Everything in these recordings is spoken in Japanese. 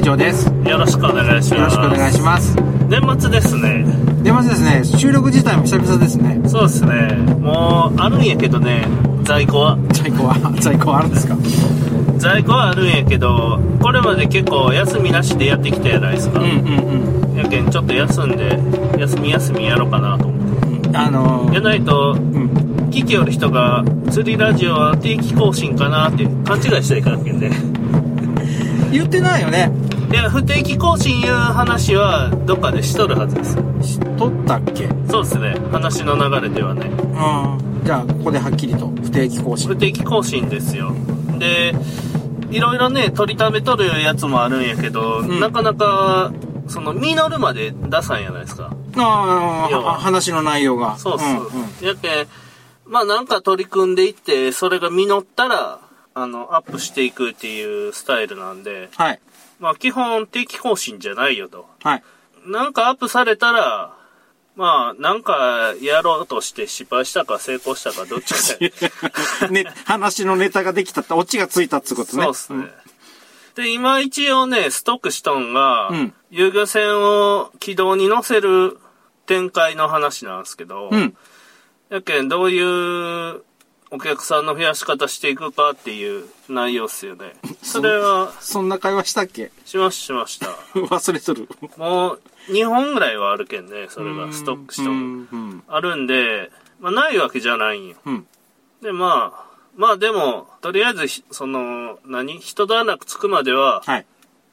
長です。よよろしくお願いします。ろしくお願いします。年末ですね。で、まずですね、収録自体も久々ですね。そうですね。もう、あるんやけどね、在庫は。在庫は、 在庫はあるんですか在庫はあるんやけど、これまで結構休みなしでやってきたやないですか。うんやけん、ちょっと休んで、休み休みやろうかなと思っうん。あのて。やー、ないと、うん。聞きよる人が、釣りラジオは定期更新かなって勘違いしていかんけん で、言ってないよね。いや、不定期更新いう話は、どっかでしとるはずです。しとったっけうん。そうですね。話の流れではね。じゃあ、ここではっきりと、不定期更不新。定期更新ですよでいろいろね取りためとるやつもあるんやけど、んなかなかその実るまで出さんやないですかあ要あ、は話の内容が。そうっす、んんやけんまあなんか取り組んでいってそれが実ったらあのアップしていくっていうスタイルなんではい。まあ基本定期更新じゃないよと はい。なんかアップされたらまあ、なんか、やろうとして失敗したか成功したかどっちかやね、話のネタができたって、オチがついたってことね。そうっすね。で、今一応ね、ストックしとんが、うん遊漁船を軌道に乗せる展開の話なんですけど、うん。やけんどういうお客さんの増やし方していくかっていう内容っすよ ね。それは、そんな会話したっけ しましたしました。忘れとる。もう、2本ぐらいはあるけんね、それがストックしと。うんん。あるんで、まあ、ないわけじゃないんよ。うん。で、まあ、まあでも、とりあえずひ、その、何人段落つくまでは、はい。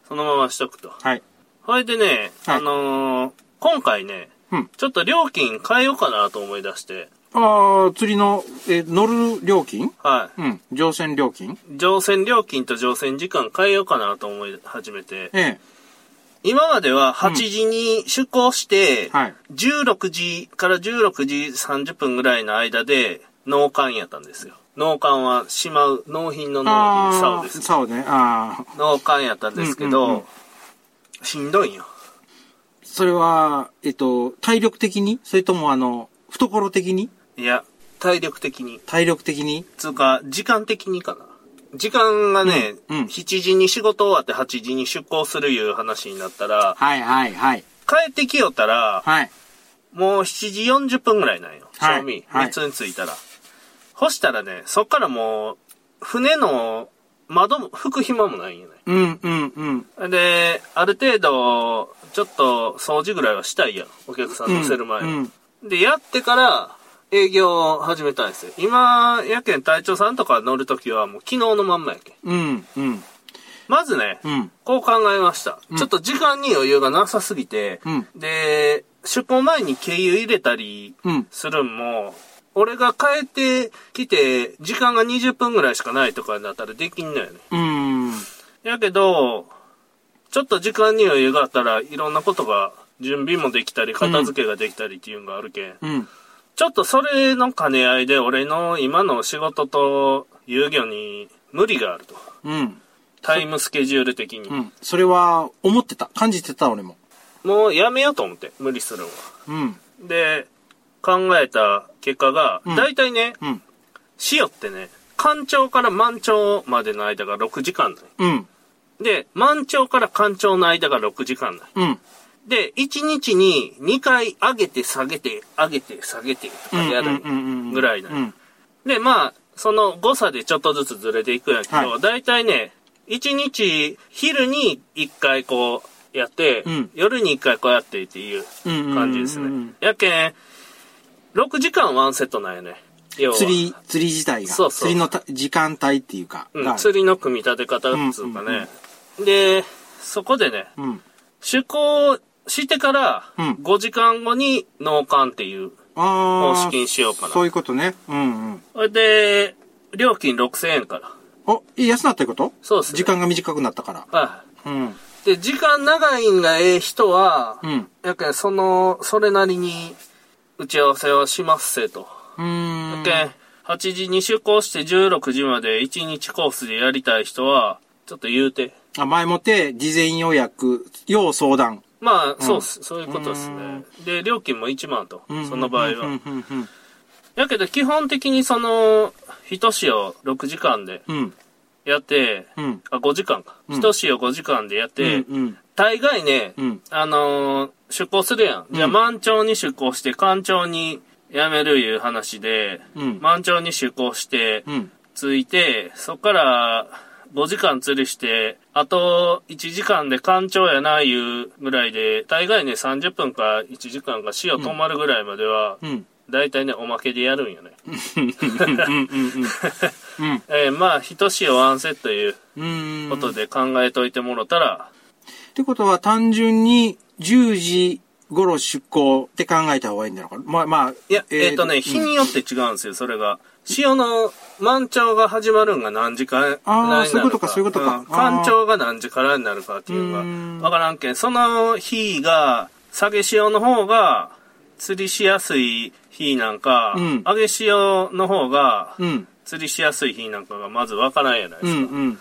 そのまましとくと。はい。それでね、はいあのー今回ね、うん。ちょっと料金変えようかなと思い出して、ああ、釣りの、え、乗る料金はうん。乗船料金い。乗船料金と乗船時間変えようかなと思い始めて、ええ。今までは8時に出港して、はい16時から16時30分ぐらいの間で、納棺やったんですよ。納棺はしまう、納品の納に、あ竿あ、です。そうね。ああ。納棺やったんですけど、うんうんうんしんどいんよ。それは、えっと、体力的にそれとも、あの、懐的にいや、体力的に。体力的につうか、時間的にかな。時間がね、うんうん7時に仕事終わって8時に出航するいう話になったら、はいはいはい。帰ってきよったら、はい。もう7時40分ぐらいなんよ。はい正味、はい三つに着いたら。干したらね、そっからもう、船の窓も、吹く暇もないんやうんうんうね。ん。で、ある程度、ちょっと掃除ぐらいはしたいやん。お客さん乗せる前に。うんで、やってから営業を始めたんですよ。今、やけん隊長さんとか乗るときはもう昨日のまんまやけん。うんうん。まずね、うん。こう考えました、ちょっと時間に余裕がなさすぎて、うんで、出航前に経由入れたりうん。するんも、俺が帰ってきて、時間が20分ぐらいしかないとかになったらできんのよね。うん。やけど、ちょっと時間に余裕があったら、いろんなことが、準備もできたり、片付けができたりっていうのがあるけんうん。ちょっとそれの兼ね合いで俺の今の仕事と遊漁に無理があると。うん。タイムスケジュール的に。うん。それは、思ってた。感じてた、俺も。もうやめようと思って、無理するのは。うん。で、考えた結果が、うんだいたいね、うん。潮ってね、干潮から満潮までの間が6時間ない。うん。で、満潮から干潮の間が6時間ない。うん。で、1日に2回上げて下げて、上げて下げてとかやるぐらいなうんうんで、まあ、その誤差でちょっとずつずれていくんやけはど、だいたいね、一日昼に一回こうやって、うん夜に一回こうやってっていううん。感じですうんうんうんね。やけん、6時間ワンセットなんやね。要は釣り、釣り自体が。そうそう釣りのた時間帯っていうか。うんが釣りの組み立て方っつうかね。うんうんで、そこでね、うん。出航してからうん5時間後に納棺っていうあ方あ。式にしようかな。そういうことね。うんうん。それで、料金6000円から。あ、え安なったってことそうっすね時間が短くなったから。はい。うん。で、時間長いんがええ人は、うん。やけん、その、それなりに打ち合わせをしますせと。うーん。けん、8時に出航して16時まで1日コースでやりたい人は、ちょっと言うて。あ、前もって、事前予約、要相談。まあ、そうっす。そういうことですね。で、料金も1万と。うんその場合うはん。うんうんやけど、基本的にその、一を6時間でうん。うん。やって、うん。あ、5時間か。うん一試を5時間でやって、うん。大概ね、うん。あのー出航するやん。じゃあうん満潮に出航して、干潮にやめるいう話で、うん。満潮に出航して、うん。着いて、そっから5時間釣りして、あと1時間で干潮やないうぐらいで、大概ね30分か1時間か潮止まるぐらいまでは、うん。大体ね、おまけでやるんよね。うん。うん。うん。 えーまあ、一潮ワンセットいううん。こうんと。で考えといてもろたら、ってことは単純に10時頃出港って考えた方がいいんだろうか。まあまあ。いや、えっ、とね、うん日によって違うんですよ、それが。潮の満潮が始まるんが何時間ぐあーらいになるか。そういうことかそういうことかんあー干潮が何時からになるかっていううーのんが、わからんけん。その日が、下げ潮の方が、釣りしやすい日なんか、うん上げ潮の方が、うん。釣りしやすい日なんかがまずわからんやないでうんすか。うん。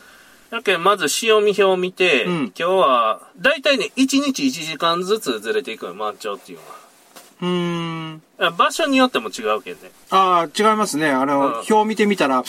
だけどまず潮見表を見て、うん今日は、だいたいね、1日1時間ずつずれていくの、満潮っていうのは。うーん。だから場所によっても違うけんね。ああ、違いますね。あうんの、表見てみたら、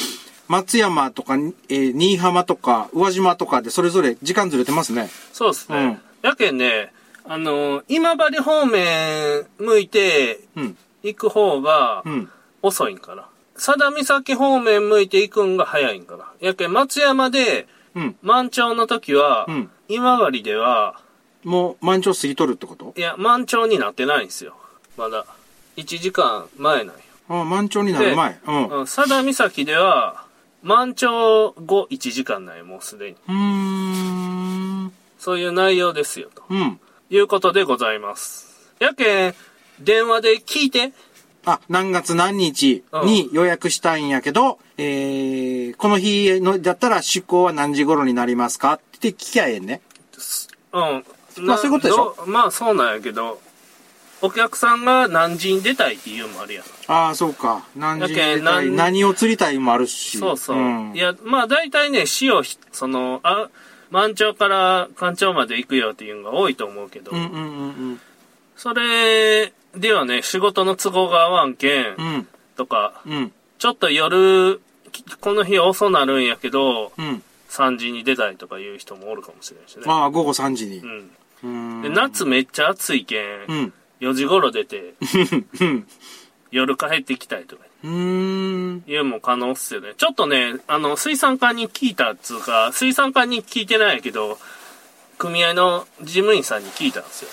松山とか、えー新居浜とか、宇和島とかでそれぞれ時間ずれてますね。そうですうねん。やけんね、あのー今治方面向いてうん。行く方がうん。遅いんかな。佐田岬方面向いて行くんが早いんかな。やけん松山でうん。満潮の時は、うん今治では、もう満潮過ぎとるってこといや、満潮になってないんですよ。まだ。1時間前なんよ。ああ、満潮になる前。うん。ううん、佐田岬では、満潮後1時間なんよ、もうすでに。ーん。そういう内容ですよ、とうん。いうことでございます。やけん、電話で聞いて、あ、何月何日に予約したいんやけど、えー、この日のだったら出港は何時頃になりますかって聞きゃええね。うん。まあなそういうことでしょどまあそうなんやけど、お客さんが何時に出たいっていうのもあるやん。ああ、そうか。何時に出だたけいん何を釣りたいもあるし。そうそう。んいや、まあ大体ね、市をひ、その、あ、満潮から干潮まで行くよっていうのが多いと思うけど、うんうんうんそれではね、仕事の都合が合わんけんう、ん。とか、うんうんちょっと夜、きこの日遅なるんやけど、うん。 3時に出たいとかいう人もおるかもしれないしね。ああ、午後3時にう。ん。うん。で、夏めっちゃ暑いけ、うんん。 4時頃出て、うん。夜帰ってきたいとか。うーん。いうのも可能っすよね。ちょっとね、あの、水産課に聞いたっつうか、水産課に聞いてないけど、組合の事務員さんに聞いたんですよ。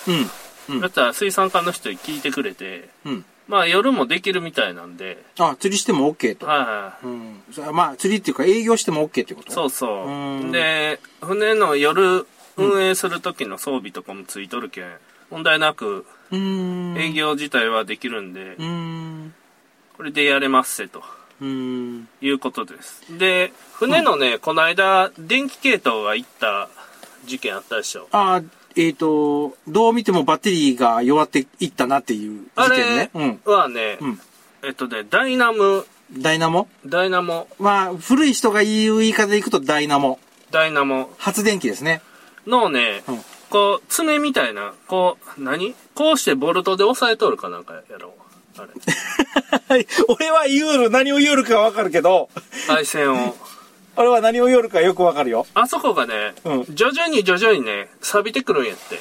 うん。うんだったら水産課の人に聞いてくれて、うん。まあ夜もできるみたいなんで、あ、釣りしても OK と。はいはい。うん。それまあ、釣りっていうか営業しても OK ってこと。そううそうう。んで、船の夜運営する時の装備とかもついとるけん、問題なくうーん。営。業自体はできるんでう、ーん。これでやれますせと。うーん。いうことです。で、船のね、この間、電気系統が行った事件あったでしょ。ああ、えっ、と、どう見てもバッテリーが弱っていったなっていうあ事れ件ね。うん。はね、うんえっとね、ダイナム、ダイナモダイナモ、まあ、古い人が言う言い方でいくとダイナモ。ダイナモ発電機ですね。のね、うんこう、爪みたいな、こう、何こうしてボルトで押さえとるかなんかやろう。あ れ。 俺は言うる、何を言うるかわかるけど、配線を。俺は何を言うるかよくわかるよ。あそこがね、うん徐々に徐々にね、錆びてくるんやって。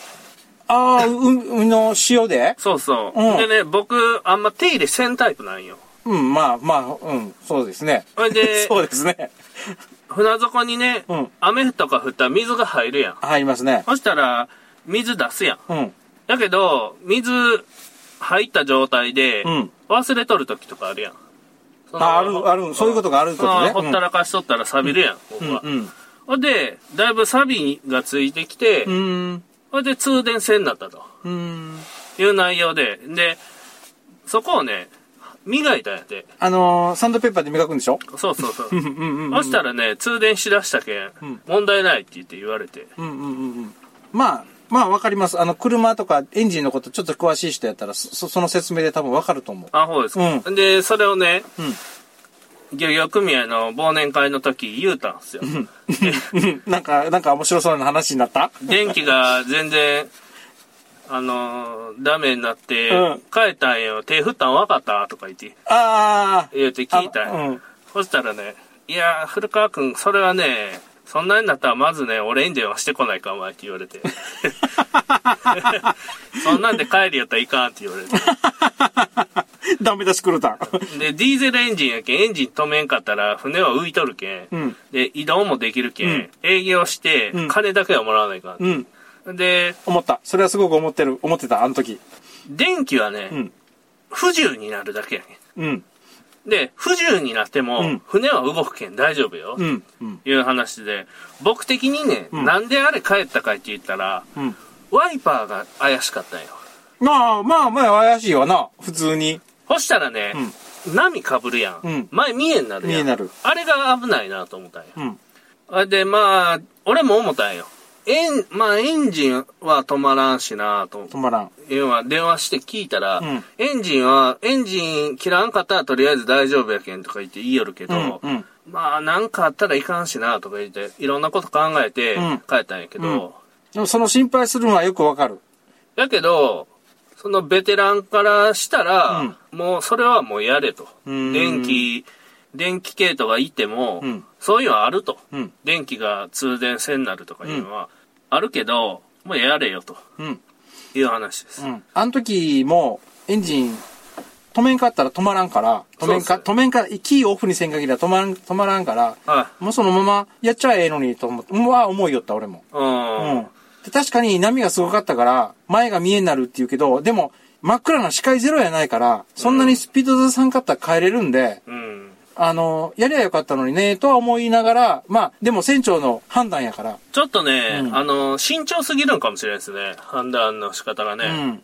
ああ、う、うの塩でそうそう。うんでね、僕、あんま手入れせんタイプなんよ。うん、まあまあ、うん、そうですね。ほいで、 そうですね。船底にね、うん雨とか降ったら水が入るやん。入りますね。そしたら、水出すやん。うん。だけど、水入った状態で、うん忘れとる時とかあるやん。そのあ、ある、ある、そういうことがあるそのとね。ほったらかしとったら錆びるやん、僕うん、は。うん。ほんで、だいぶ錆がついてきて、うん。ほんで通電線になったとうん。いう内容で、で、そこをね、磨いたんやって。あのーサンドペッパーで磨くんでしょそうそうそう。うんうんうん。そしたらね、通電しだしたけん、ん問題ないって言って言われて。うんうんうんうん。まあ、まあわかります。あの、車とかエンジンのことちょっと詳しい人やったら、そそその説明で多分わかる と思う。あ、ほうですか。うで、それをね、うん漁業組合の忘年会の時言うたんすよ。うんなんか、なんか面白そうな話になった電気が全然、あのーダメになって、うん帰ったんよ、手振ったん分かったとか言って、ああ。言うて聞いたんあよ。うんそしたらね、いやー、古川くん、それはね、そんなになったらまずね、俺に電話してこないか、お前って言われ て。そんなんで帰りやったらいかんって言われて。ダメ出しくるたん。で、ディーゼルエンジンやけん、エンジン止めんかったら、船は浮いとるけん。うんで、移動もできるけん、うん営業してうん、金だけはもらわないかん。うん。で、思った。それはすごく思ってる。思ってた、あの時。電気はね、うん。不自由になるだけやねうん。ん。で、不自由になっても、うん船は動くけん大丈夫よ。うん。うん。いう話で、僕的にね、うんなんであれ帰ったかいって言ったら、うん。ワイパーが怪しかったんよ。まあまあまあ怪しいわな。普通に。そしたらね、波かぶるやん。うん前見えになるやん。見えになるあれが危ないなと思ったんよ。うん。あれで、まあ、俺も思ったんよ。エン、まあ、エンジンは止まらんしなと。止まらん。いうのは電話して聞いたら、うんエンジンは、エンジン切らんかったらとりあえず大丈夫やけんとか言って言いよるけど、うん。うん。まあ、なんかあったらいかんしなとか言って、いろんなこと考えてうん帰ったんやけど、うんでもその心配するのはよくわかる。だけど、そのベテランからしたら、もうそれはもうやれと。うん電気、電気系統がいても、うんそういうのはあると。うん。電気が通電線になるとかいうのはあるけど、もうやれよとうん。いう話です。うん。あの時も、エンジン、止めんかったら止まらんから、止めんか、そうっす止めんか、キーをオフにせん限りは止まらん、止まらんから、はもうそのままやっちゃええのにと思って、うわ、思いよった、俺も。い。うん。うん。で確かに波がすごかったから、前が見えになるって言うけど、でも、真っ暗な視界ゼロやないから、そんなにスピード出さんかったら帰れるんで、うん。あの、やりゃよかったのにね、とは思いながら、まあ、でも船長の判断やから、ちょっとね、うんあの、慎重すぎるんかもしれないですね。判断の仕方がうね。ん。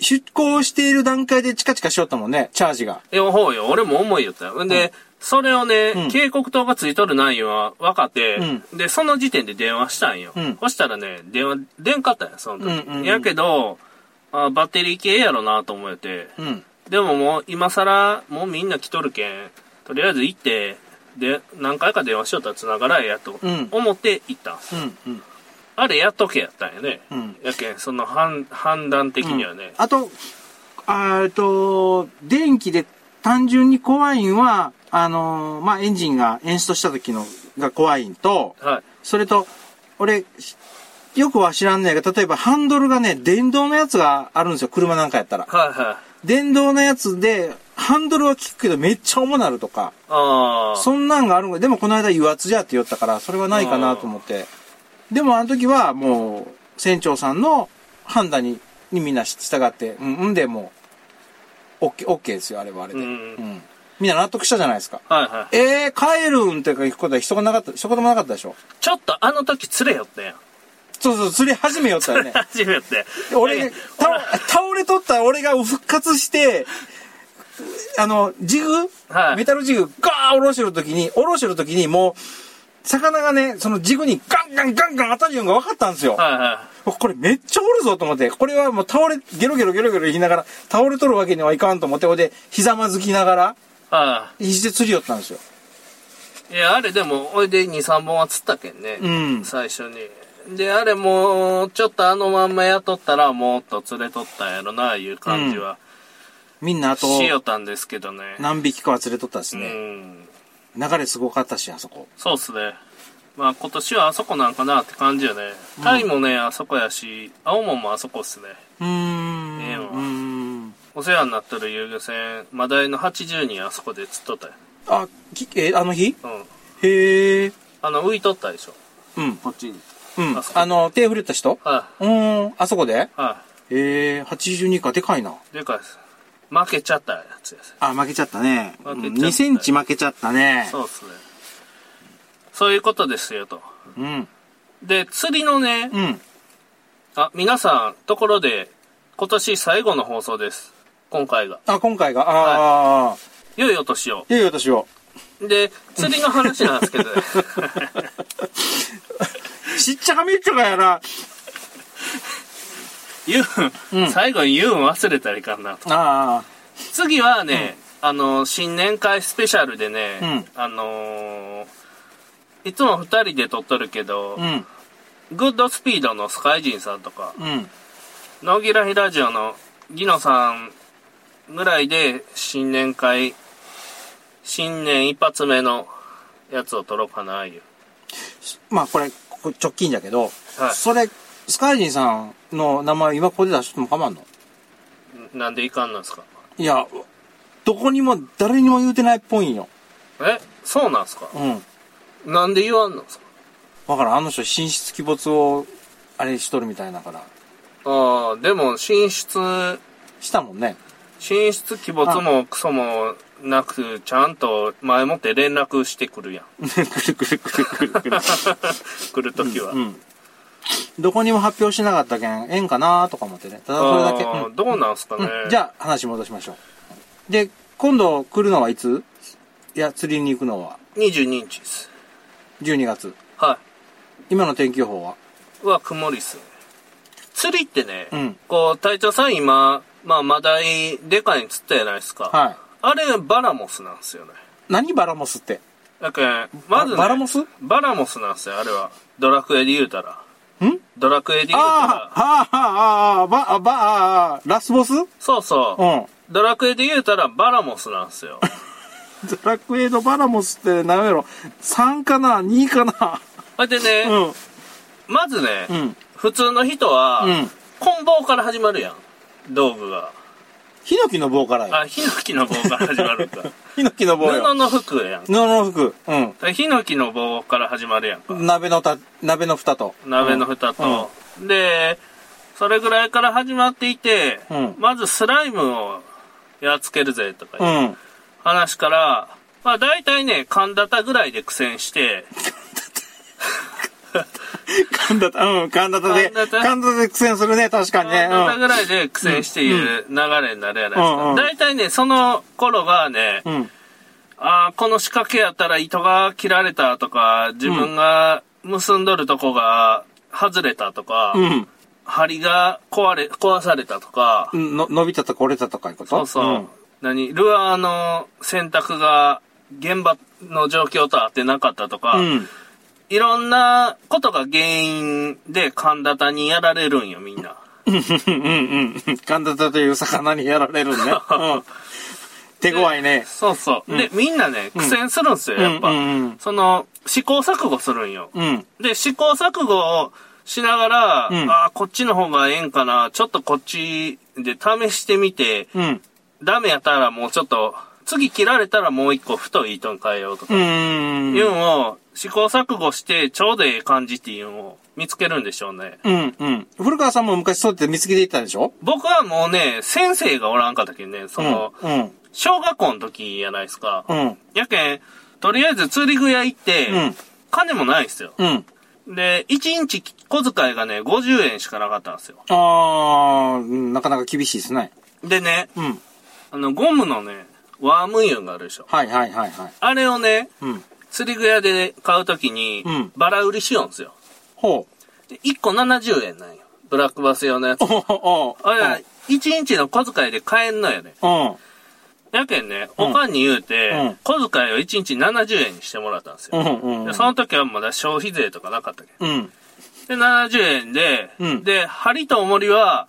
出航している段階でチカチカしよったもんね、チャージが。でもほうよ、俺も思いよったよ。んで、それをね、うん警告灯がついとる内容は分かって、うで、その時点で電話したんよ。うんそしたらね、電話出んかったんよ、その時。うんうんうんやけどあ、バッテリー系やろなと思えて。うん。でももう、今更、もうみんな来とるけん、とりあえず行って、で、何回か電話しよったら繋がらんやとうん思って行ったんす。うん。うん。あれやっとけやったんよね。うんやけん、その判判断的にはね。あと、あーえっと、電気で単純に怖いんは、あのーまあ、エンジンが演出した時のが怖いんと、はい。それと、俺、しよくは知らんねんけど、例えばハンドルがね、電動のやつがあるんですよ、車なんかやったら。はいはい。電動のやつで、ハンドルは効くけどめっちゃ重なるとか、ああ。そんなんがあるんがでもこの間油圧じゃって言ったから、それはないかなと思って。でもあの時はもう、船長さんの判断に、にみんな従って、うん、うんでもう、オッケー、オッケーですよ、あれはあれで。うんうんみんな納得したじゃないですか。はいはい。えー、帰るんっていうことは一言なかった、一言もなかったでしょ。ちょっとあの時釣れよってん。そうそう、釣り始めよったよ ね。初めて。俺いが、倒倒れとった俺が復活して、あの、ジグ、はいメタルジグ、ガー下ろしてる時に、下ろしてる時にもう、魚がね、そのジグにガンガンガンガン当たるのが分かったんですよ。やはいはこれめっちゃおるぞと思って、これはもう倒れ、ゲロゲロゲロゲロ言いながら、倒れとるわけにはいかんと思って、ほいで、ひざまずきながら、い。は肘で釣り寄ったんですよ。い。いや、あれでも、おいで2、3本は釣ったけんね。うん最初に。で、あれもう、ちょっとあのまんまやっとったら、もっと釣れとったんやろな、いう感じは、みんなあと、しよったんですけどね。何匹かは釣れとったですうね。ん。流れすごかったし、あそこ。そうっすね。まあ今年はあそこなんかなって感じよね。タイもね、あそこやし、青門もあそこっすね。うーん。ええわうーん。お世話になってる遊漁船、マダイの80人あそこで釣っとったよ。あ、きえあの日うん。へえ。あの、浮いとったでしょ。うん。こっちに。うんあそ。こあの、手振れた人はうーん。あそこでい。はへえ、82か、でかいな。い。でかいです。負けちゃったやつです。あ、負けちゃったね。負けちゃった2センチ負けちゃったね。そうっすね。そういうことですよと。うん。で、釣りのね、うん。あ、皆さん、ところで、今年最後の放送です。今回が。あ、今回が、ああ、良いお年を。い、よいよ私を。で、釣りの話なんですけど ね。しっちゃかめっちゃかやな。ユン、最後にユン忘れたらいかんなと。ああ、次はね、あの、新年会スペシャルでね、うんあのーいつも二人で撮っとるけど、うん、グッドスピードのスカイジンさんとか、うん、ノーギラヒラジオのギノさんぐらいで新年会、新年一発目のやつを取ろうかな、いう。まあこれ、ここ直近じゃけど、はいそれ、スカイジンさんの名前今ここで出しても構わんのなんでいかんなんすかいや、どこにも誰にも言うてないっぽいんよ。えそうなんすかうん。なんで言わんのすかだからんあの人、神出鬼没を、あれしとるみたいだから。ああ、でも、寝室、したもんね。 寝室鬼没もクソもなく、ちゃんと前もって連絡してく るやん。くるくるくるくるくる。来るときは。うん。どこにも発表しなかったけん、ええんかなとか思ってね。ただそれだけ。あうーどうなんすかね、んうん。じゃあ、話戻しましょう。で、今度来るのはいついや、釣りに行くのは。 22日です。 12月。は今の天気予報は。い。は曇りっすね。釣りってね、うんこう、隊長さん今、まあ、マダイ、でかいに釣ったじゃないですか。はい。あれ、バラモスなんですよね。何バラモスって。だけんまず、ね、バラモスんバラモスなんですよ、あれは。ドラクエで言うたら。ドラクエで言うたあら。あ、ああ、ああ、ば、あば、ああ、ラスボスうん。そうそう。ドドラクエで言うたらバラモスなんです よ。ラクエのバラモスって何やろ ?3 かな ?2 かなほいでね、うん。まずね、うん。普通の人は、うん。棍棒から始まるやん。道具が。ヒノキの棒からよ。あ、ヒノキの棒から始まる んか。ヒノキの棒布よ。の服やん布。の服。うん。ヒノキの棒から始まるやんか。鍋のた、鍋の蓋と。鍋の蓋と、で、それぐらいから始まっていて、うんまずスライムをやっつけるぜとかう。いうん話から、まあ大体ね、神田田ぐらいで苦戦して、神田た、うん、神田たで神田。田神田で苦戦するね、確かに神ね。田田ぐらいで苦戦している流れになるやないですうんか。うん大体ね、その頃がね、うん。うん。ああ、この仕掛けやったら糸が切られたとか、自分が結んどるとこが外れたとか、うん。針が壊れ、壊されたとか、うんの伸びたとか折れたとかいうことそうそう。ん何ルアーの選択が現場の状況と合ってなかったとか、うん。いろんなことが原因で神田田にやられるんよ、みんな。うんうんうん。 神田田という魚にやられるね。うん。手強いね。そうそう。で、みんなね、苦戦するんすよ、うん やっぱ。うんうんその、試行錯誤するんよ。うん。で、試行錯誤をしながら、んああ、こっちの方がええんかな、ちょっとこっちで試してみて、うん。ダメやったらもうちょっと、次切られたらもう一個太い糸に変えようとかう、ん。いうのを試行錯誤してちょうどええ感じっていうのを見つけるんでしょうね。うん。うん。古川さんも昔そうやって見つけていったでしょ僕はもうね、先生がおらんかったけどね、その、うん。小学校の時やないですか。うん。やけん、とりあえず釣り具屋行って、うん金もないんですよ。うん。で、1日小遣いがね、50円しかなかったんですよ。あーうん、なかなか厳しいですね。でね、うん。あの、ゴムのね、ワーム油があるでしょ。はいはいはいはい。あれをね、うん。釣り具屋で買うときにうん、バラ売りしようんですよ。ほう。で、1個70円なんよ。ブラックバス用のやつお。おお あれは、1日の小遣いで買えんのよね。おやけんね、うんおかんに言うて、うん小遣いを1日70円にしてもらったんですうん。うよ。んうんうでん。その時はまだ消費税とかなかったけうん。ど。で、70円で、うんで、針と重りは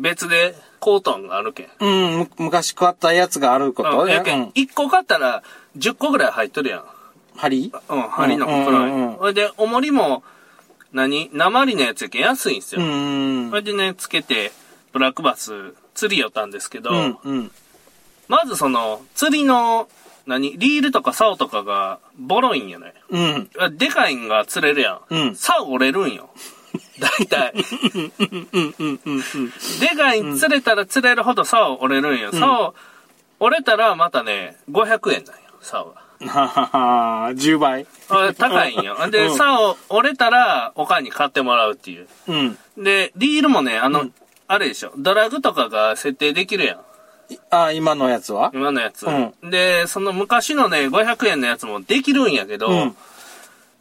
別でコートンがあるけん。うん、む昔買ったやつがあることうんねやけん、1個買ったら10個ぐらい入っとるやん。うん。針うん、針の袋うんうんうんうに。んそれで、重りも、何鉛のやつやけん安いんすうよ。んそ。れでね、つけて、ブラックバス釣り寄ったんですけど、うん。うん。まずその、釣りの、何リールとか竿とかが、ボロいんやね。うん。でかいんが釣れるやん。うん 竿折れるんよ。大体。でかいん釣れたら釣れるほど竿折れるんよ。竿、折れたらまたね、500円なんよ、竿が。はははは、10倍。あ高いんよ。で、うん竿折れたら、おかんに買ってもらうっていう。うん。で、リールもね、あの、あれでしょ、ドラグとかが設定できるやん。あ、今のやつは今のやつ。うで、その昔のね、500円のやつもできるんやけど、うん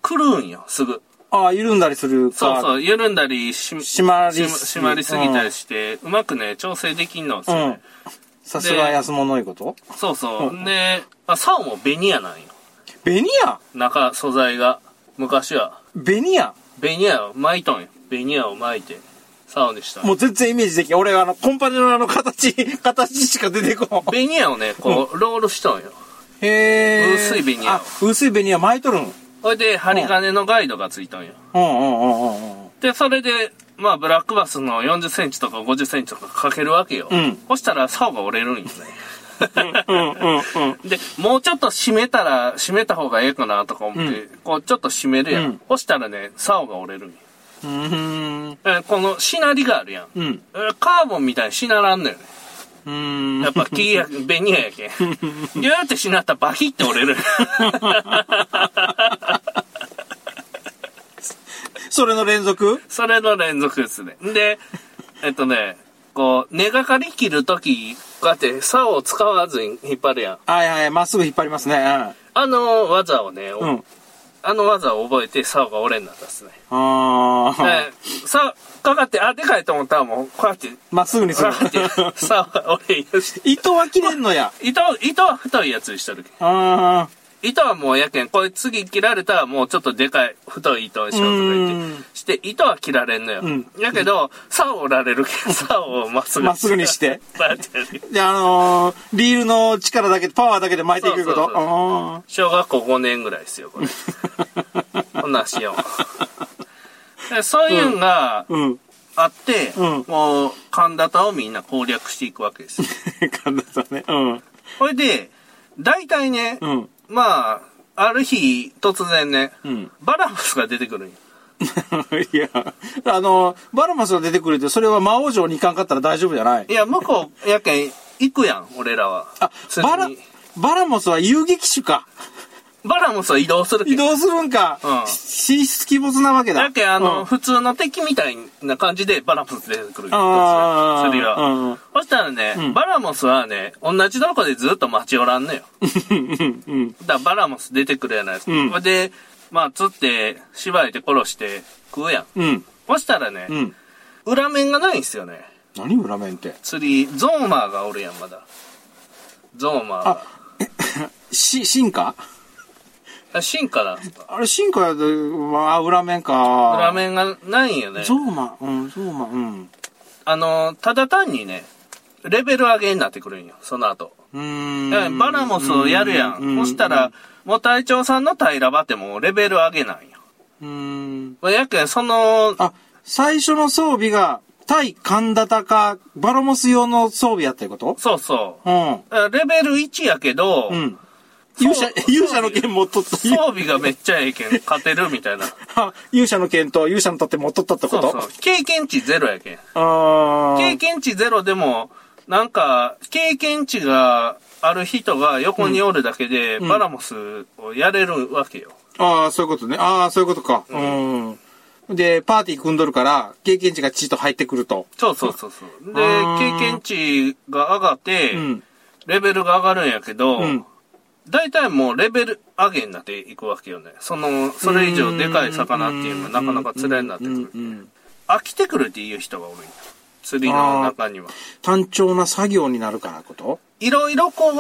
狂うんよ、すぐ。あ、緩んだりするか。そうそう、緩んだりし、締まりすぎ締まりすぎたりして、うまくね、調整できんのですよね。さすが安物いうことそうそう。で、まあ、竿もベニヤなんよ。ベニヤ中、素材が。昔は。ベニヤベニヤを巻いとんよ。ベニヤを巻いて、竿にしたんよもう全然イメージできん。俺、 あの、コンパネのあの形、形しか出てこ ん。ベニヤをね、こう、ロールしとんよ。へえ。薄い紅やわあ、薄いベニヤ巻いとるん。うんほいで、針金のガイドがついたんよ。うんうんうんうん。で、それで、まあ、ブラックバスの40センチとか50センチとかかけるわけよ。うんそしたら、竿が折れるんよね。うんうんうん。 で、もうちょっと締めたら、締めた方がええかなとか思って、こう、ちょっと締めるやん。うんそしたらね、竿が折れるんよ。うーん。えーこの、しなりがあるやん。うん。えーカーボンみたいにしならんのよね。うーん。やっぱ、木や、ベニヤやけ ん。ギューってしなったらバキって折れる。それの連続それの連続ですね。で、 えっとね、こう、根がかり切るとき、こうやって、竿を使わずに引っ張るやん。はいはい、まっすぐ引っ張りますね。あの技をね、うん。うん。あの技を覚えて、竿が折れんなったですね。ああ。で、竿、かかって、あ、でかいと思ったらもう、こうや って、まっすぐにすこうるや。って、竿が折れんよし。糸は切れんのや。糸、糸は太いやつにしたるけんああ。糸はもうやけん、これ次切られたらもうちょっとでかい、太い糸にしようとかう言っんて、して、糸は切られんのよ。んやけど、竿折られるけん、竿をまっすぐまっすぐにして。こうやってやるで、あのー、リールの力だけ、パワーだけで巻いていくこと。そうそうそうあ小学校5年ぐらいですよ、これ。こんなんしよう。 でそういうのがあ。うん。 あって、うんもう、神田田をみんな攻略していくわけですよ。神田さんね。うん。これで、大体ね、うん。 まあ、ある日、突然ね、うん。バラモスが出てくるんよ。いや、あの、バラマスが出てくるって、それは魔王城に行かんかったら大丈夫じゃないいや、向こう、やけん、行くやん、俺らは。あ、釣りバラに、バラモスは遊撃手か。バラモスは移動するけ移ん。動するんか。うん神出鬼没なわけだ。だけんあの、うん普通の敵みたいな感じでバラモス出てくるんよ。あー釣りは。うんそしたらね、バラモスはね、同じとこでずっと待ち寄らんのよ。うんうんだからバラモス出てくるやないですか。うんほいで、まあ、釣って、縛いて殺して食うやん。うん。そしたらね、うん。裏面がないんすよね。何裏面って。釣り、ゾーマーがおるやん、まだ。ゾーマーあ し、進化が。進化なんですかあれ、進化やで、うわ裏面か。裏。面がないんよね。ゾーマ、うん、ゾーマ、うん。あの、ただ単にね、レベル上げになってくるんよ、その後。うーん。だからバラモスをやるや。うんそした、ら、もう隊長さんの平場ってもうレベル上げなんよ。うーん。まあやけん、その、あ、最初の装備が、対神田タか、バラモス用の装備やったいうことそうそうう。レベル1やけど、ん。うん。勇者、勇者の剣持っとった。装備がめっちゃええけん、勝てるみたいな。あ 勇者の剣と勇者の盾持っとったってそこうとそう。経験値ゼロやけん。あ経ー験値ゼロでも、なんか、経験値がある人が横におるだけで、バラモスをやれるわけよ。あー、そういうことね。ああ、そういうことか。うん。で、パーティー組んどるから、経験値がちっと入ってくると。そうそうそうそう。で、あー経験値が上がって、うん。レベルが上がるんやけど、うん。大体もうレベル上げになっていくわけよね。その、それ以上でかい魚っていうのはなかなか釣れになってくる。うん。飽きてくるっていう人が多い。釣りの中には。単調な作業になるからこといろいろこう、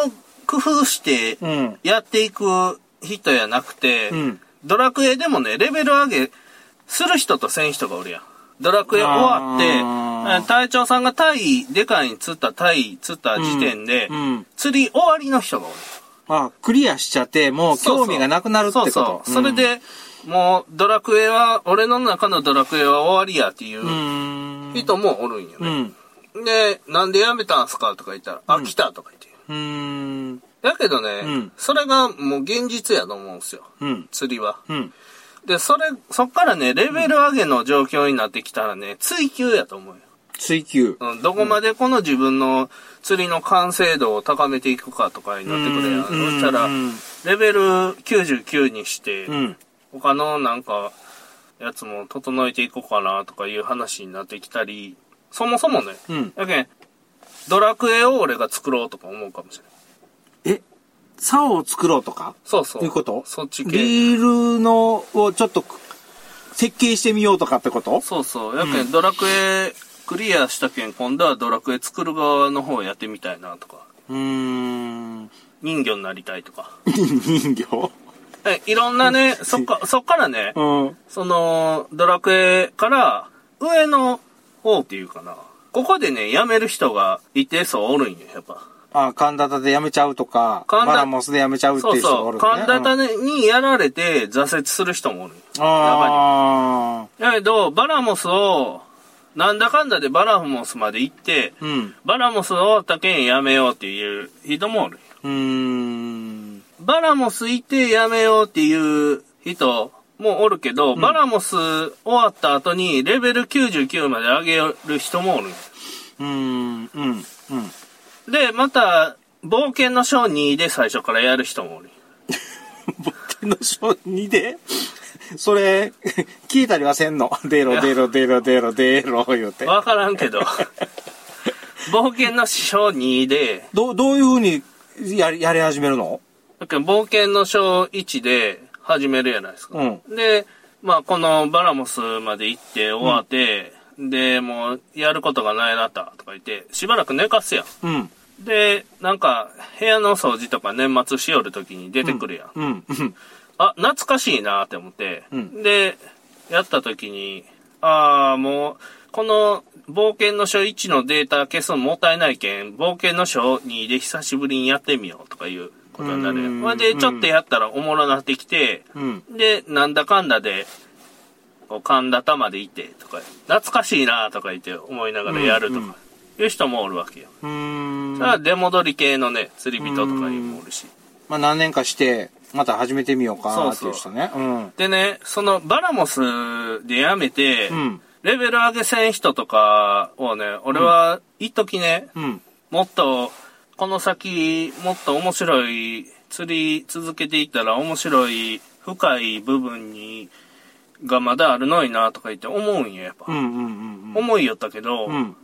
工夫してん。やっていく人やなくて、うんドラクエでもね、レベル上げする人とせん人がおるやん。ドラクエ終わってあー、隊長さんがタイ、でかいに釣ったタイ釣った時点で、うん。釣り終わりの人がおる。あ、クリアしちゃって、もう興味がなくなるってこと。。そうそう。それで、もう、ドラクエは、俺の中のドラクエは終わりやっていううん人もおるんようね。ん。で、なんでやめたんすかとか言ったら、飽きたとか言って。うん。だけどね、うんそれがもう現実やと思うんすよ。うん。釣りは。うん。で、それ、そっからね、レベル上げの状況になってきたらね、追求やと思うよ。追求。うん、どこまでこの自分の釣りの完成度を高めていくかとかになってくるやん。そうんしたらうん、レベル99にして、うん。他のなんか、やつも整えていこうかなとかいう話になってきたり、そもそもね、うん。やけん、ドラクエを俺が作ろうとか思うかもしれない。え、竿を作ろうとかそうそう。いうことそっち系。リールのをちょっと設計してみようとかってことそうそう。やけん、ドラクエクリアしたけん、今度はドラクエ作る側の方やってみたいなとか、うーん。 人魚になりたいとか。人形えいろんなね、そっか、そっからね、うん。その、ドラクエから上の方っていうかな。ここでね、辞める人が一定数おるんよ、やっぱ。あ、神田田でやめちゃうとか、神バ田ラモスでやめちゃうってそいうう人がそおう。る神田ね。種にやられて挫折する人もおる。うんあやけど、バラモスを、なんだかんだでバラモスまで行って、あ。うん。バラモスを他県やめようっていう人もおる。うーん。バラモスいてやめようっていう人もおるけど、バラモス終わった後にレベル99まで上げる人もおる。うーん。うん。うん。で、また、冒険の章2で最初からやる人もおる。ボケの小2で、それ、聞いたりはせん の。出ろ出ろ出ろ出ろ出ろ言うて。わからんけ ど。冒険の章2で、どう、どういうふうにやり、やり始めるのだから冒険の章1で始めるじゃないですか。うんで、まあ、このバラモスまで行って終わって、で、もう、やることがないなったとか言って、しばらく寝かすやん。うん。で、なんか、部屋の掃除とか年末しよる時に出てくるやん。うん。うん。あ、懐かしいなって思って、うんで、やった時に、ああ、もう、この冒険の書1のデータ消すのもったいないけん、冒険の書2で久しぶりにやってみようとかいうことになうる。んほんで、うんちょっとやったらおもろなってきて、うん。で、なんだかんだで、こう神田田まで行ってとか、懐かしいなとか言って思いながらやるとか、いう人もおるわけよ。うーん。だから出戻り系のね、釣り人とかいうのもおるし。まあ何年かして、また始めてみようかなっていう人ね。うん。でね、そのバラモスでやめて、うんレベル上げせん人とかをね、俺は、一時ね、うん。もっと、この先、もっと面白い、釣り続けていったら面白い、深い部分に、がまだあるのになとか言って思うんよ、やっぱ。うんうんうんうん。思いよったけど、うん。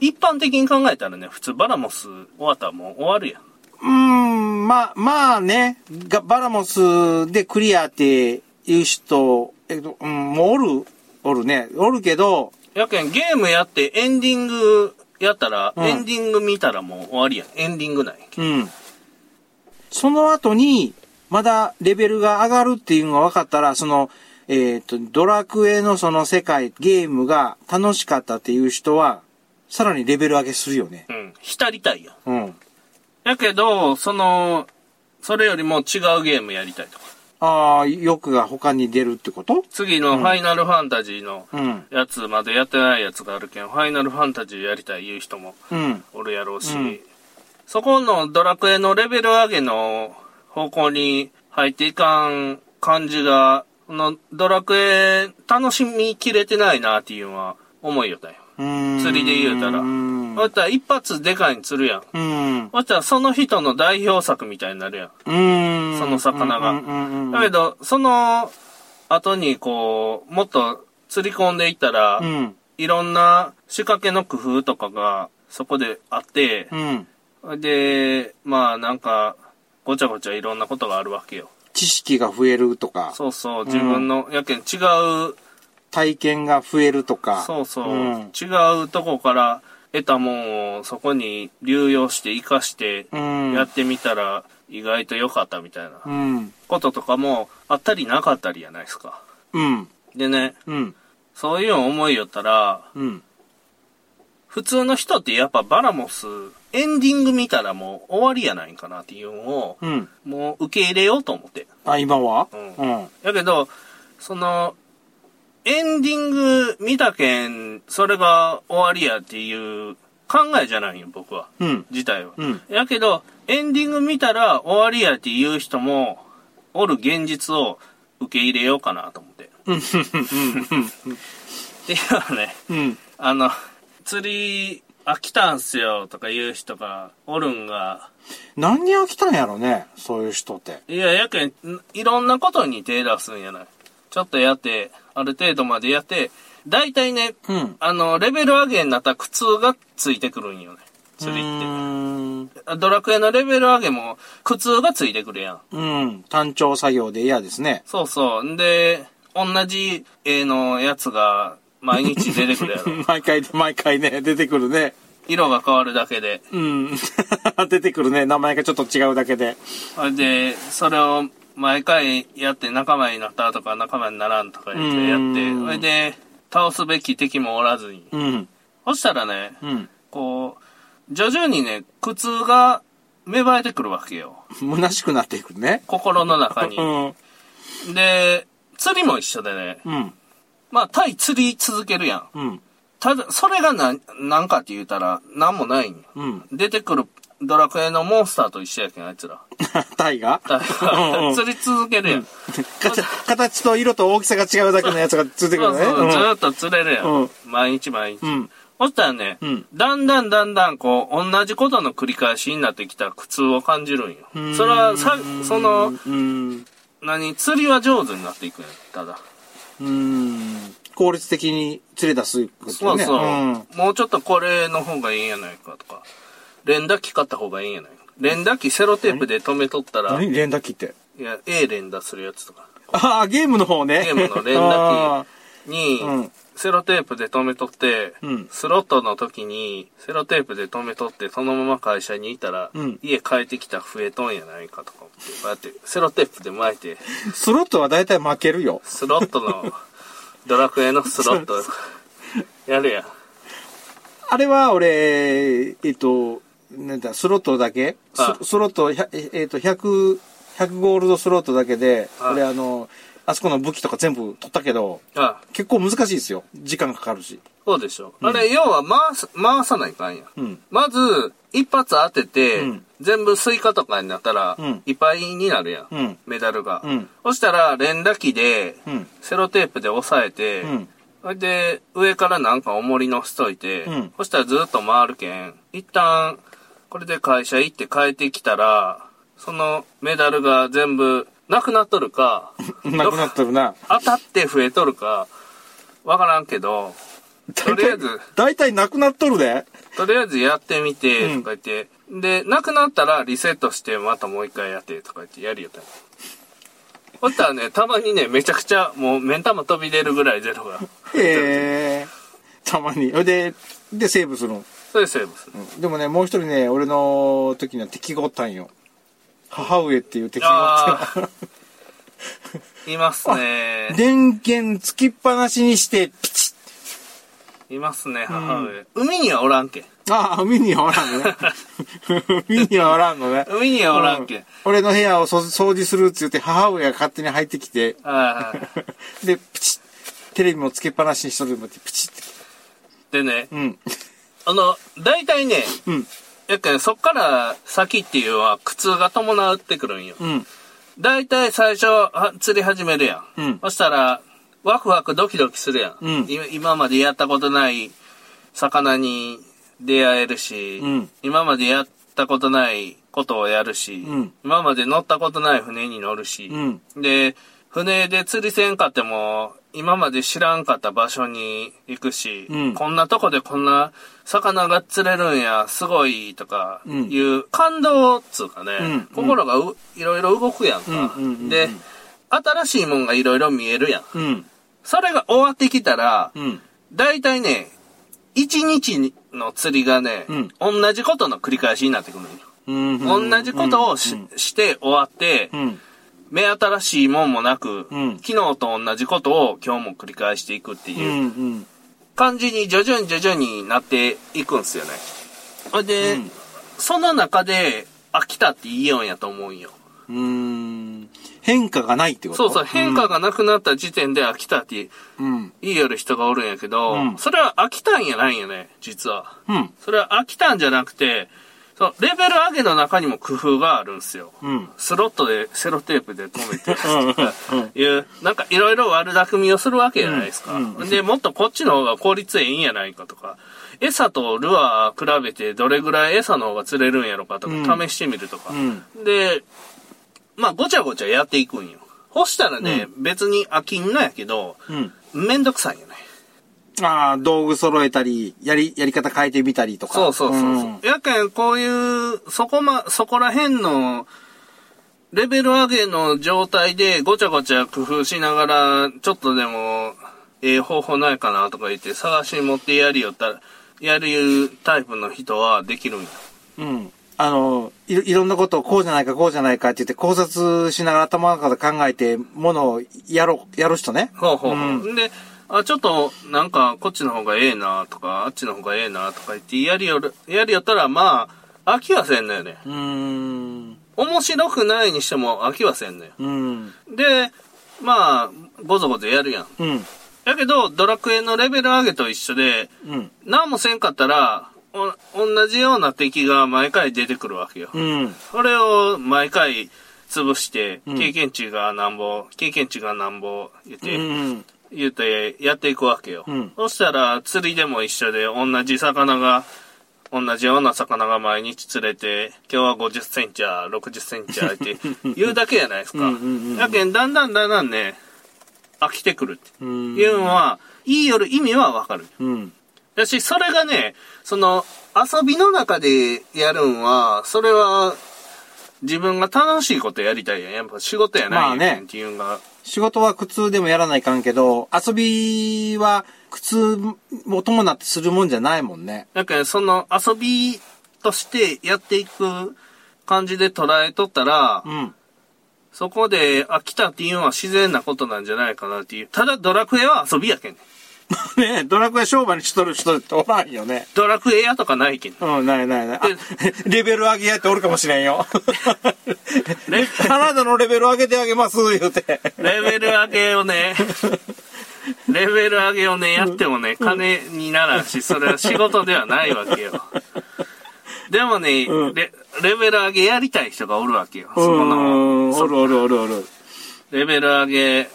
一般的に考えたらね、普通バラモス終わったらもう終わるやん。うーん、まあ、まあね、がバラモスでクリアっていう人、えっと、うん、もうおる、おるね。おるけど、やけん、ゲームやってエンディングやったら、うんエンディング見たらもう終わりやん。エンディングない。うん。その後に、まだレベルが上がるっていうのが分かったら、その、えっ、と、ドラクエのその世界、ゲームが楽しかったっていう人は、さらにレベル上げするよねう。ん。浸りたいやん。うん。やけど、その、それよりも違うゲームやりたいとか。ああ、欲が他に出るってこと次のファイナルファンタジーのうん。やつまでやってないやつがあるけん、ファイナルファンタジーやりたいいう人もうん。おるやろうし、うんそこのドラクエのレベル上げの方向に入っていかん感じが、このドラクエ楽しみきれてないなっていうのは思いよったよ。釣り釣で言うたらうん。そしたら一発でかいに釣るやん。うん。そしたらその人の代表作みたいになるやん。うん。その魚がうんうんうんうんだけど、その後にこう、もっと釣り込んでいったら、うん。いろんな仕掛けの工夫とかがそこであってう、ん。で、まあなんか、ごちゃごちゃいろんなことがあるわけよ。知識が増えるとか、そうそう、自分の、やけん違う、体験が増えるとか。そうそう、うん違うとこから得たもんをそこに流用して活かしてうん。やってみたら意外と良かったみたいなうん。こととかもあったりなかったりやないですか。うん。でね、うん。そういう思いよったら、うん。普通の人ってやっぱバラモス、エンディング見たらもう終わりやないんかなっていうのを、うん。もう受け入れようと思って。あ、今はうんうん。やけど、その、エンディング見たけん、それが終わりやっていう考えじゃないよ、僕は。うん。自体は。うんやけど、エンディング見たら終わりやっていう人も、おる現実を受け入れようかなと思って。っていうのはね、うん。あの、釣り飽きたんすよとか言う人がおるんが、何に飽きたんやろね、そういう人って。いや、やけん、んいろんなことに手出すんやない。ちょっとやって、ある程度までやって、大体ね、うん。あの、レベル上げになったら苦痛がついてくるんよね。釣りうっーん。て。あドラクエのレベル上げも苦痛がついてくるやん。うん。単調作業で嫌ですね。そうそう。んで、同じ絵のやつが毎日出てくるやろ。 毎回、毎回ね、出てくるね。色が変わるだけで。うん。 出てくるね。名前がちょっと違うだけで。それで、それを毎回やって仲間になったとか仲間にならんとか言ってやうって、んそれで、倒すべき敵もおらずに。うん。そしたらね、うん。こう、徐々にね、苦痛が芽生えてくるわけよ。虚しくなっていくね。心の中 にう。ん。で、釣りも一緒でね。うん。まあ、対釣り続けるやん。うん。ただ、それがな、なんかって言うたら、なんもないんようん。 出てくるドラクエのモンスターと一緒やけん、あいつら。タイがだからうんう ん釣り続けるやん。形形と色と大きさが違うだけのやつがついてくそるうね。そう、ずんーっと釣れるやん。うん毎日毎日。うんそしたらね、うんだんだんだんだんこう、同じことの繰り返しになってきた苦痛を感じるんよ。うんそれはさ、その、うん。何、釣りは上手になっていくんよ、ただ。うん。効率的に連れ出すことね。そうそう、うんもうちょっとこれの方がいいんやないかとか。連打機買った方がいいんやないか。連打機セロテープで止めとったら、い何連打機って。や、A 連打するやつとか。ああ、ゲームの方ね。ゲームの連 あ打機にうん、セロテープで止めとって、うんスロットの時に、セロテープで止めとって、そのまま会社にいたら、うん家帰ってきたら増えとんやないかとか思って、こうやって、セロテープで巻いて、ースロットは大体負けるよ。スロット の、ドラクエのスロット、やるやん。あれは俺、えっと、なんだ、スロットだけスあスロット、ひゃええっと、100、100ゴールドスロットだけで、あ俺あの、あそこの武器とか全部取ったけど、あ、結構難しいですよ。時間かかるし。そうでしょ。あれ、要は回す、回さないかんや。うんまず、一発当てて、うん全部スイカとかになったら、うんいっぱいになるやん。うんメダルが。うんそしたら、連打機で、うんセロテープで押さえて、うんそれで、上からなんか重り乗しといて、うん、そしたらずっと回るけん。一旦、これで会社行って帰ってきたら、そのメダルが全部、なくなっとるか なくなっとるな。当たって増えとるか、わからんけど、 とりあえず大体、大体なくなっと るで。とりあえずやってみて、うんとか言って、で、なくなったらリセットして、またもう一回やって、とか言ってやるよ、多分。そしたらね、たまにね、めちゃくちゃ、もう、目ん玉飛び出るぐらいゼロが。ええたまに。で、で、セーブするの。それセーブする。でもね、もう一人ね、俺の時には敵がおったんよ。母上っていう敵があおったんよ。いますね。電源つきっぱなしにして、ピチいますね、母上。海にはおらんけん。ッああ、海にはおらん のね。海にはおらんのね。海にはおらんけん。う俺の部屋をそ掃除するって言って、母上が勝手に入ってきて、ああで、プチッテレビもつけっぱなしにしとるのって、プチッて。でね、うん。あの、大体ね、うん。やっけんそっから先っていうのは苦痛が伴ってくるんよ。うん。大体最初は釣り始めるやん、うんそしたらワクワクドキドキするやん、うんい今までやったことない魚に出会えるし、うん今までやったことないことをやるし、うん今まで乗ったことない船に乗るし、うんで船で釣りせんかっても今まで知らんかった場所に行くし、うんこんなとこでこんな魚が釣れるんやすごいとかういんう感動っつうかね、うん心がういろいろ動くやんか、うんうんうんうんで新しいもんがいろいろ見えるやんうん。それが終わってきたら、うん。大体ね一日の釣りがね、うん同じことの繰り返しになってくるのようん。同じことをし,、うんして終わって、うん。目新しいもんもなく、うん昨日と同じことを今日も繰り返していくってう。いうんうん。感じに徐々に徐々になっていくんすよね。ほいで、うんその中で飽きたって言いようんやと思うんよ。うーん変化がないってことそうそう、変化がなくなった時点で飽きたってうん。言いよる人がおるんやけど、うんそれは飽きたんやないんよね、実は。うん。それは飽きたんじゃなくて、そのレベル上げの中にも工夫があるんすよ。うん。スロットでセロテープで止めてうとんかいう、なんかいろいろ悪巧みをするわけじゃないですか。うんうで、もっとこっちの方が効率いいんやないかとか、餌とルアー比べてどれぐらい餌の方が釣れるんやろかとうか試してみるとか。うんで、まあごちゃごちゃやっていくんよ。ほしたらね、別に飽きんのやけど、うん。めんどくさいよね。ああ、道具揃えたり、やり、やり方変えてみたりとか。そうそうそうそう。んやけん、こういう、そこま、そこら辺の、レベル上げの状態でごちゃごちゃ工夫しながら、ちょっとでも、ええ方法ないかなとか言って、探し持ってやりよったら、やるタイプの人はできるんや。うん。あの、いろいろんなことをこうじゃないかこうじゃないかって言って考察しながら頭の中で考えて、ものをやろ、やる人ね。ほうほうほう。で、あ、ちょっと、なんか、こっちの方がええなとか、あっちの方がええなとか言って、やりよる、やりよったら、まあ、飽きはせんのよね。うーん。面白くないにしても飽きはせんのよ。うん。で、まあ、ごぞごぞやるやん。うん。やけど、ドラクエのレベル上げと一緒で、うん。何もせんかったら、お同じような敵が毎回出てくるわけよ。うん。それを毎回潰して、うん経験値がなんぼ、経験値がなんぼ言って、うん。言ってやっていくわけよ。うんそしたら釣りでも一緒で同じ魚が、同じような魚が毎日釣れて、今日は50センチや60センチや って言うだけじゃないですか。うんうんうんうんだけんだんだんだんだんね、飽きてくるってうん。いうのは、いいより意味はわかる。うん。だし、それがね、その、遊びの中でやるんは、それは、自分が楽しいことやりたいやん。やっぱ仕事やないやんまあねっていうのが、仕事は苦痛でもやらないかんけど、遊びは苦痛を伴ってするもんじゃないもんね。なんかその遊びとしてやっていく感じで捉えとったら、うん。そこで飽きたっていうのは自然なことなんじゃないかなっていう。ただドラクエは遊びやけんね。ねえドラクエ商売にしとる人っておらんよね。ドラクエやとかないけん。うん、ないないない。あ レベル上げやっておるかもしれん よ。 レあなたのレベル上げてあげます、言うて。レベル上げを ね、レベル上げをね、やってもね、金にならんし、それは仕事ではないわけよ。でもね、うんレレベル上げやりたい人がおるわけ よ。そこうん、の、おるおるおるおる。レベル上げ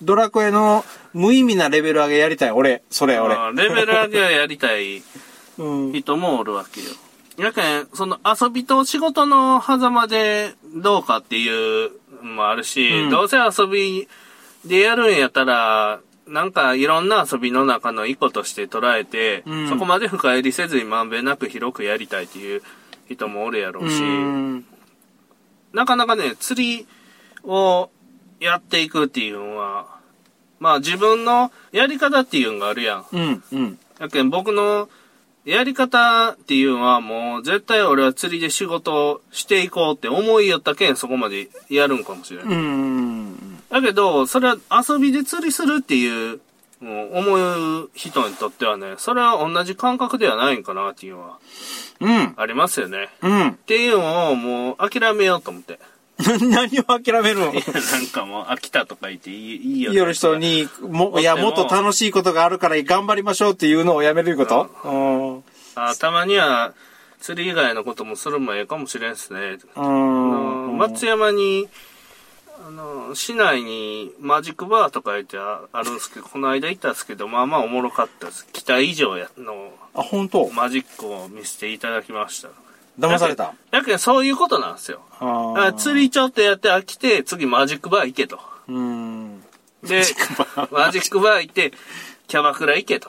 ドラクエの無意味なレベル上げやりたい、俺。それ、俺。あーレベル上げをやりた いうん。人もおるわけよ。やけん、その遊びと仕事の狭間でどうかっていうのもあるし、うんどうせ遊びでやるんやったら、なんかいろんな遊びの中の一個として捉えて、うんそこまで深入りせずにまんべんなく広くやりたいっていう人もおるやろうし、うん。なかなかね、釣りをやっていくっていうのは、まあ自分のやり方っていうのがあるやん。うん。うん。やけん僕のやり方っていうのはもう絶対俺は釣りで仕事をしていこうって思いよったけんそこまでやるんかもしれない。うん。だけど、それは遊びで釣りするっていう、もう思う人にとってはね、それは同じ感覚ではないんかなっていうのはうん。ありますよね。うん っ。ていうのをもう諦めようと思って。何を諦めるのいや、 なんかもう飽きたとか言っていいいいよね。夜人に、も、いや、もっと楽しいことがあるから頑張りましょうっていうのをやめるいうことうん。あたまには釣り以外のこともするもええかもしれんっすね。うん。松山にあの市内にマジックバーとか言ってああるんですけどこの間行ったんですけどまあまあおもろかったです期待以上やのあ、本当マジックを見せていただきました騙された。だけどそういうことなんですよあああ。釣りちょっとやって飽きて次マジックバー行けとうん。でマジックバー行ってキャバクラ行 けと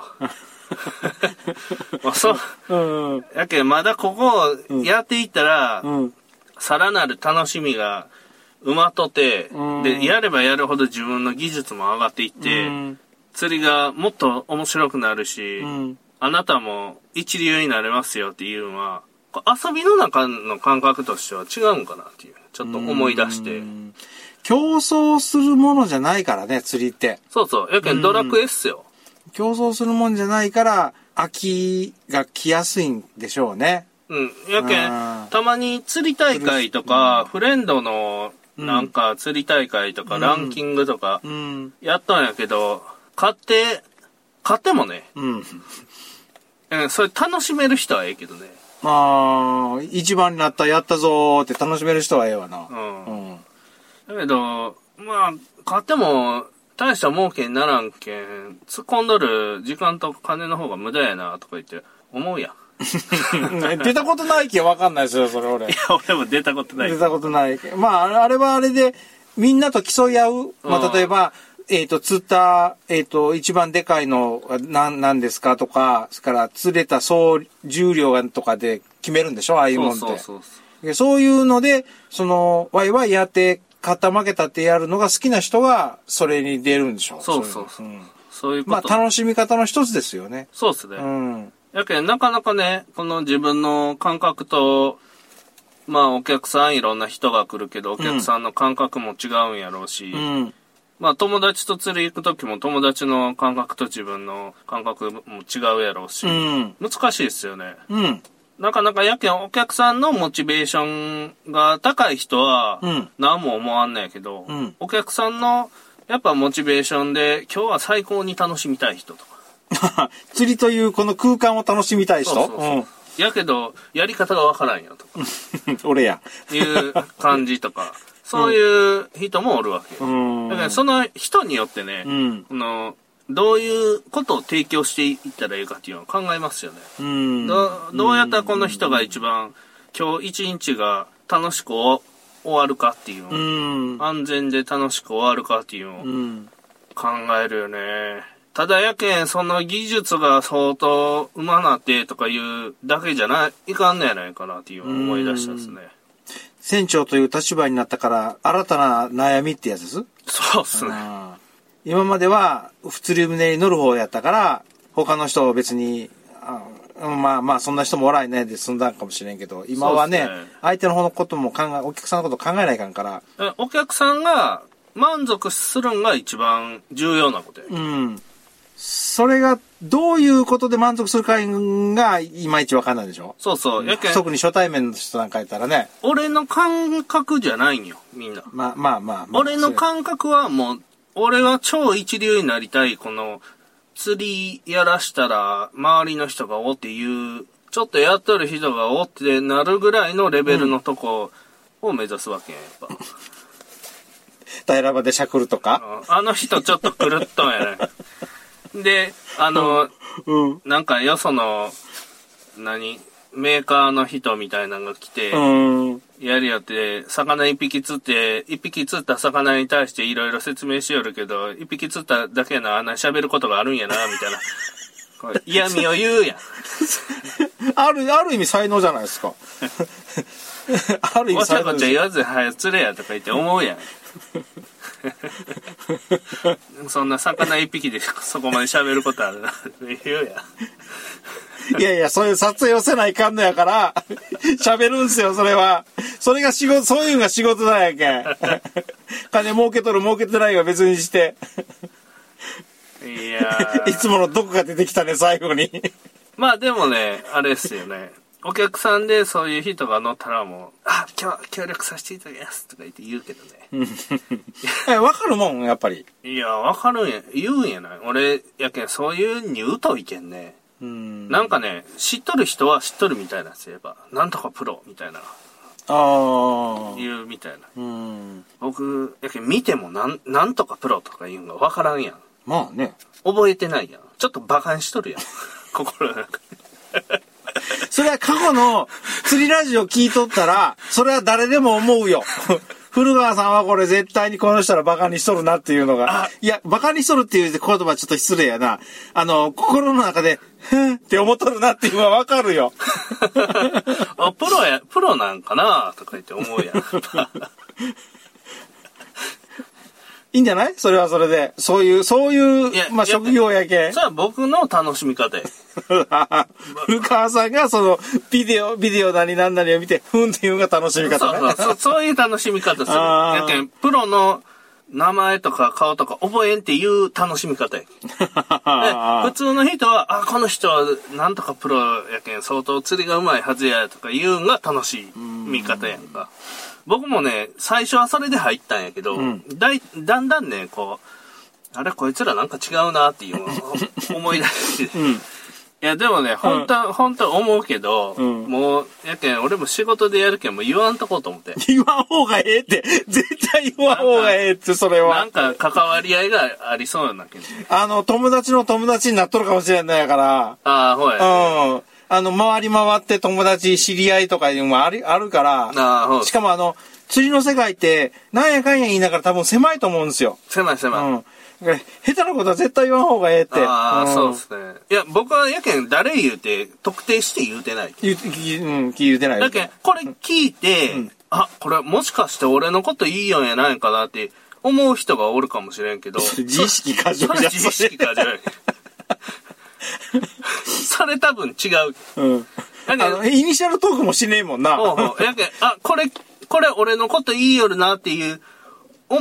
まあそううん。やけどまだここをやっていったら、うん。さらなる楽しみが埋まっとって、うんで、やればやるほど自分の技術も上がっていって、うん釣りがもっと面白くなるし、うん。あなたも一流になれますよっていうのは、こう遊びの中の感覚としては違うんかなっていう、ちょっと思い出して。うん競争するものじゃないからね、釣りって。そうそう、やけんドラクエっすよ。競争するもんじゃないから、飽きが来やすいんでしょうね。うん。やけんあー、たまに釣り大会とか、フレンドのなんか釣り大会とか、ランキングとか、うん。やったんやけど、買って、買ってもね、うん。うん、それ楽しめる人はええけどね。ああ、一番になった、やったぞーって楽しめる人はええわうな。ん。うん。 だけど、まあ、買っても、大した儲けにならんけん、突っ込んどる時間と金の方が無駄やな、とか言って、思うやん。い出たことないけわかんないですよ、それ俺。や、俺も出たことな出たことないけまああれ、あれはあれで、みんなと競い合う。まうんあ、例えば、えっ、と、釣った、えっ、と、一番でかいの、なん、なんですかとか、それから釣れた総重量がとかで決めるんでしょああいうそもんうって。そうそうそでそういうので、その、ワイワイやって、勝った負けたってやるのが好きな人が、それに出るんでしょそうそうそういのんう。そういうこまと。あ、楽しみ方の一つですよね。そうっすね。うん。やけん、なかなかね、この自分の感覚と、まあお客さんいろんな人が来るけど、お客さんの感覚も違うんやろうし、うん。まあ友達と釣り行く時も友達の感覚と自分の感覚も違うやろうし、うん。難しいですよね。うん。 なかなかやけんお客さんのモチベーションが高い人はうん、何も思わんないけど、うんお客さんのやっぱモチベーションで、今日は最高に楽しみたい人とか。釣りというこの空間を楽しみたい人そうそうそうやけど、やり方がわからんよとか、うん 俺やいう感じ とか、そういう人もおるわけよ。うんだからその人によってね、うんあの、どういうことを提供していったらいいかっていうのを考えますよね。うんどどうやったらこの人が一番、今日一日が楽しくお終わるかっていうのを、うん安全で楽しく終わるかっていうのをうん考えるよね。ただやけん、その技術が相当うまなってとかいうだけじゃない、いかんのやないかなっていうのを思い出したんですね。船長という立場になったから新たな悩みってやつですそうっすね。うん今までは普通船に乗る方やったから他の人は別にあうんまあまあそんな人もおらんないで済んだんかもしれんけど今はそねうっすね相手の方のことも考えお客さんのこと考えないかんからえお客さんが満足するんが一番重要なことや。うんそれがどういうことで満足するかがいまいちわかんないでしょそうそう。やけん、特に初対面の人なんかやったらね俺の感覚じゃないんよ、みんな。まあまあまあ、まあ、俺の感覚はもう、俺は超一流になりたい、この、釣りやらしたら、周りの人がおっていう、ちょっとやっとる人がおってなるぐらいのレベルのとこを目指すわけや、やっ平場でしゃくるとかぱ。あの人ちょっと狂っとんやね。で、あの、うんなんかよその、何メーカーの人みたいなのが来て、うんやりよって、魚一匹釣って、一匹釣った魚に対していろいろ説明しよるけど、一匹釣っただけのあんな喋ることがあるんやな、みたいな。こう嫌味を言うやん。あるある意味才能じゃな いですかある意ご味ちゃ才ご能ちでゃ言わすず、早く釣れやとか言って思うやん。そんな魚一匹でそこまで喋ることあるな、言うやん。いやいや、そういう撮影をせないかんのやから、喋るんすよ、それは。それが仕事、そういうのが仕事だやけん。金儲けとる儲けてないが別にして、いやー いつもの毒が出てきたね、最後に。まあでもね、あれですよね。お客さんでそういう人が乗ったらもう、あ、今日は協力させていただきますとか言って言うけどね。えわかるもん、やっぱり。いや、わかるんや、言うんやない。俺、やけん、そういうに疎いけんね。うん。なんかね、知っとる人は知っとるみたいなんですよ。やっぱ、なんとかプロ、みたいな、ああ。言うみたいな。うん。僕、やけん、見てもなん、なんとかプロとか言うんがわからんやん。まあね。覚えてないやん。ちょっと馬鹿にしとるや ん。心の中 それは過去の釣りラジオ聞いとったら、それは誰でも思 うよ。古川さんはこれ絶対にこの人らバカにしとるなっていうのが。いや、バカにしとるっていう言葉はちょっと失礼やな。あの、心の中で、ふんって思っとるなっていうのはわかるよ。あ、プロや、プロなんかなとか言って思うやん。 いいんじゃないそれはそれで。そういう、そういう、いやまあ、いや職業やけん そ。れは僕の楽しみ方や。古川さんがその、ビデオ、ビデオ何何々を見て、ふんっていうのが楽しみ方ね。 そうそうそう、そういう楽しみ方する。あーやけん、プロの名前とか顔とか覚えんっていう楽しみ方や。で普通の人は、あ、この人はなんとかプロやけん、相当釣りがうまいはずや、とか言うんが楽しい見方やんか。僕もね、最初はそれで入ったんやけど、だいだんだんね、こう、あれ、こいつらなんか違うなっていうのを 思い出して。いや、でもね、本当は、本当は思うけど、んもう、やけん、俺も仕事でやるけん、もう言わんとこうと思って。言わん方がええって、絶対言わん方がええって、それは。なんか関わり合いがありそうなけど。あの、友達の友達になっとるかもしれないかああ、ほや。ら、うん。あの、回り回って友達、知り合いとかいうのもあり、あるから、ああ、ほうし。かもあの、釣りの世界って、なんやかんや言いながら多分狭いと思うんですよ。狭いう狭い。ん。だから下手なことは絶対言わん方がええって。ああ、んそうですね。いや、僕はやけん誰言うて、特定して言うてない。言う聞うん、聞いてない。だけん、これ聞いて、あ、これもしかして俺のこといいよんやないかなって思う人がおるかもしれんけ ど。自意識過剰それじゃん自意識過剰や ねそれ多分違う。うん。だけあどの、イニシャルトークもしねえもんな。ほうほう。やけん、あ、これ、これ俺のこといいよるなっていう、思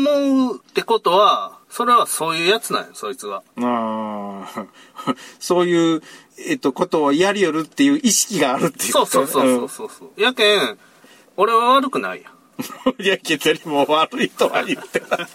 うってことは、それはそういうやつなんや、そいつが。うん。うん そういう、えっと、ことをやりよるっていう意識があるっていうそこうそとね、うそうそうそう。うやけん、俺は悪くないやん。うん。い や、けども悪いとは言ってない。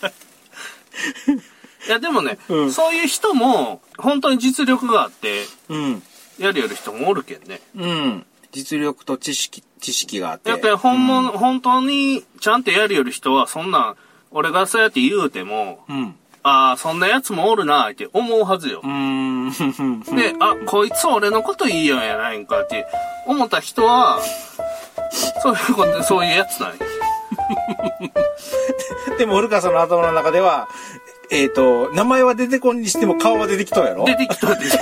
いや、でもね、うんそういう人も、本当に実力があって、うん。やりよる人もおるけんね。うん。実力と知識、知識があって。やっぱり本物、本当にちゃんとやりよる人は、そんなん、俺がそうやって言うても、うん。ああ、そんなやつもおるな、って思うはずよう。ーん。 で、あ、こいつ俺のこと言いよんやないんかって思った人は、そういうこと、そういうやつなんや。でも、オルカさんの頭の中では、えっ、と、名前は出てこんにしても顔は出てきとんやろ出てきたで しょ。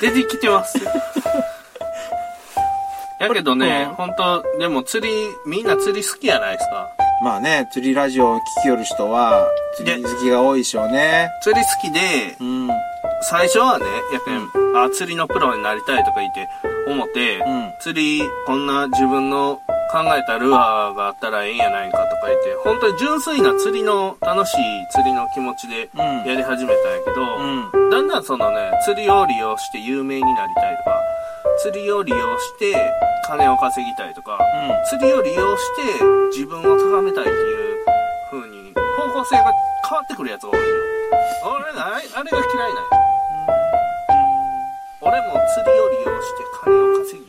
出てきてますよ。やけどね、うんほんと、でも釣り、みんな釣り好きやないですか。まあね、釣りラジオを聞きよる人は、釣り好きが多いでしょうね。釣り好きで、うん。うん。最初はね、やけん、あ、釣りのプロになりたいとか言って、思って、ん釣り、こんな自分の考えたルアーがあったらええんやないかとか言って、本当に純粋な釣りの、楽しい釣りの気持ちでうんやり始めたんやけど、うん。だんだんそのね、釣りを利用して有名になりたいとか、釣りを利用して金を稼ぎたいとか、釣りを利用して自分を高めたいっていう風に方向性が変わってくるやつが多いよ。俺があれあれが嫌いなんよ俺も釣りを利用して金を稼ぎ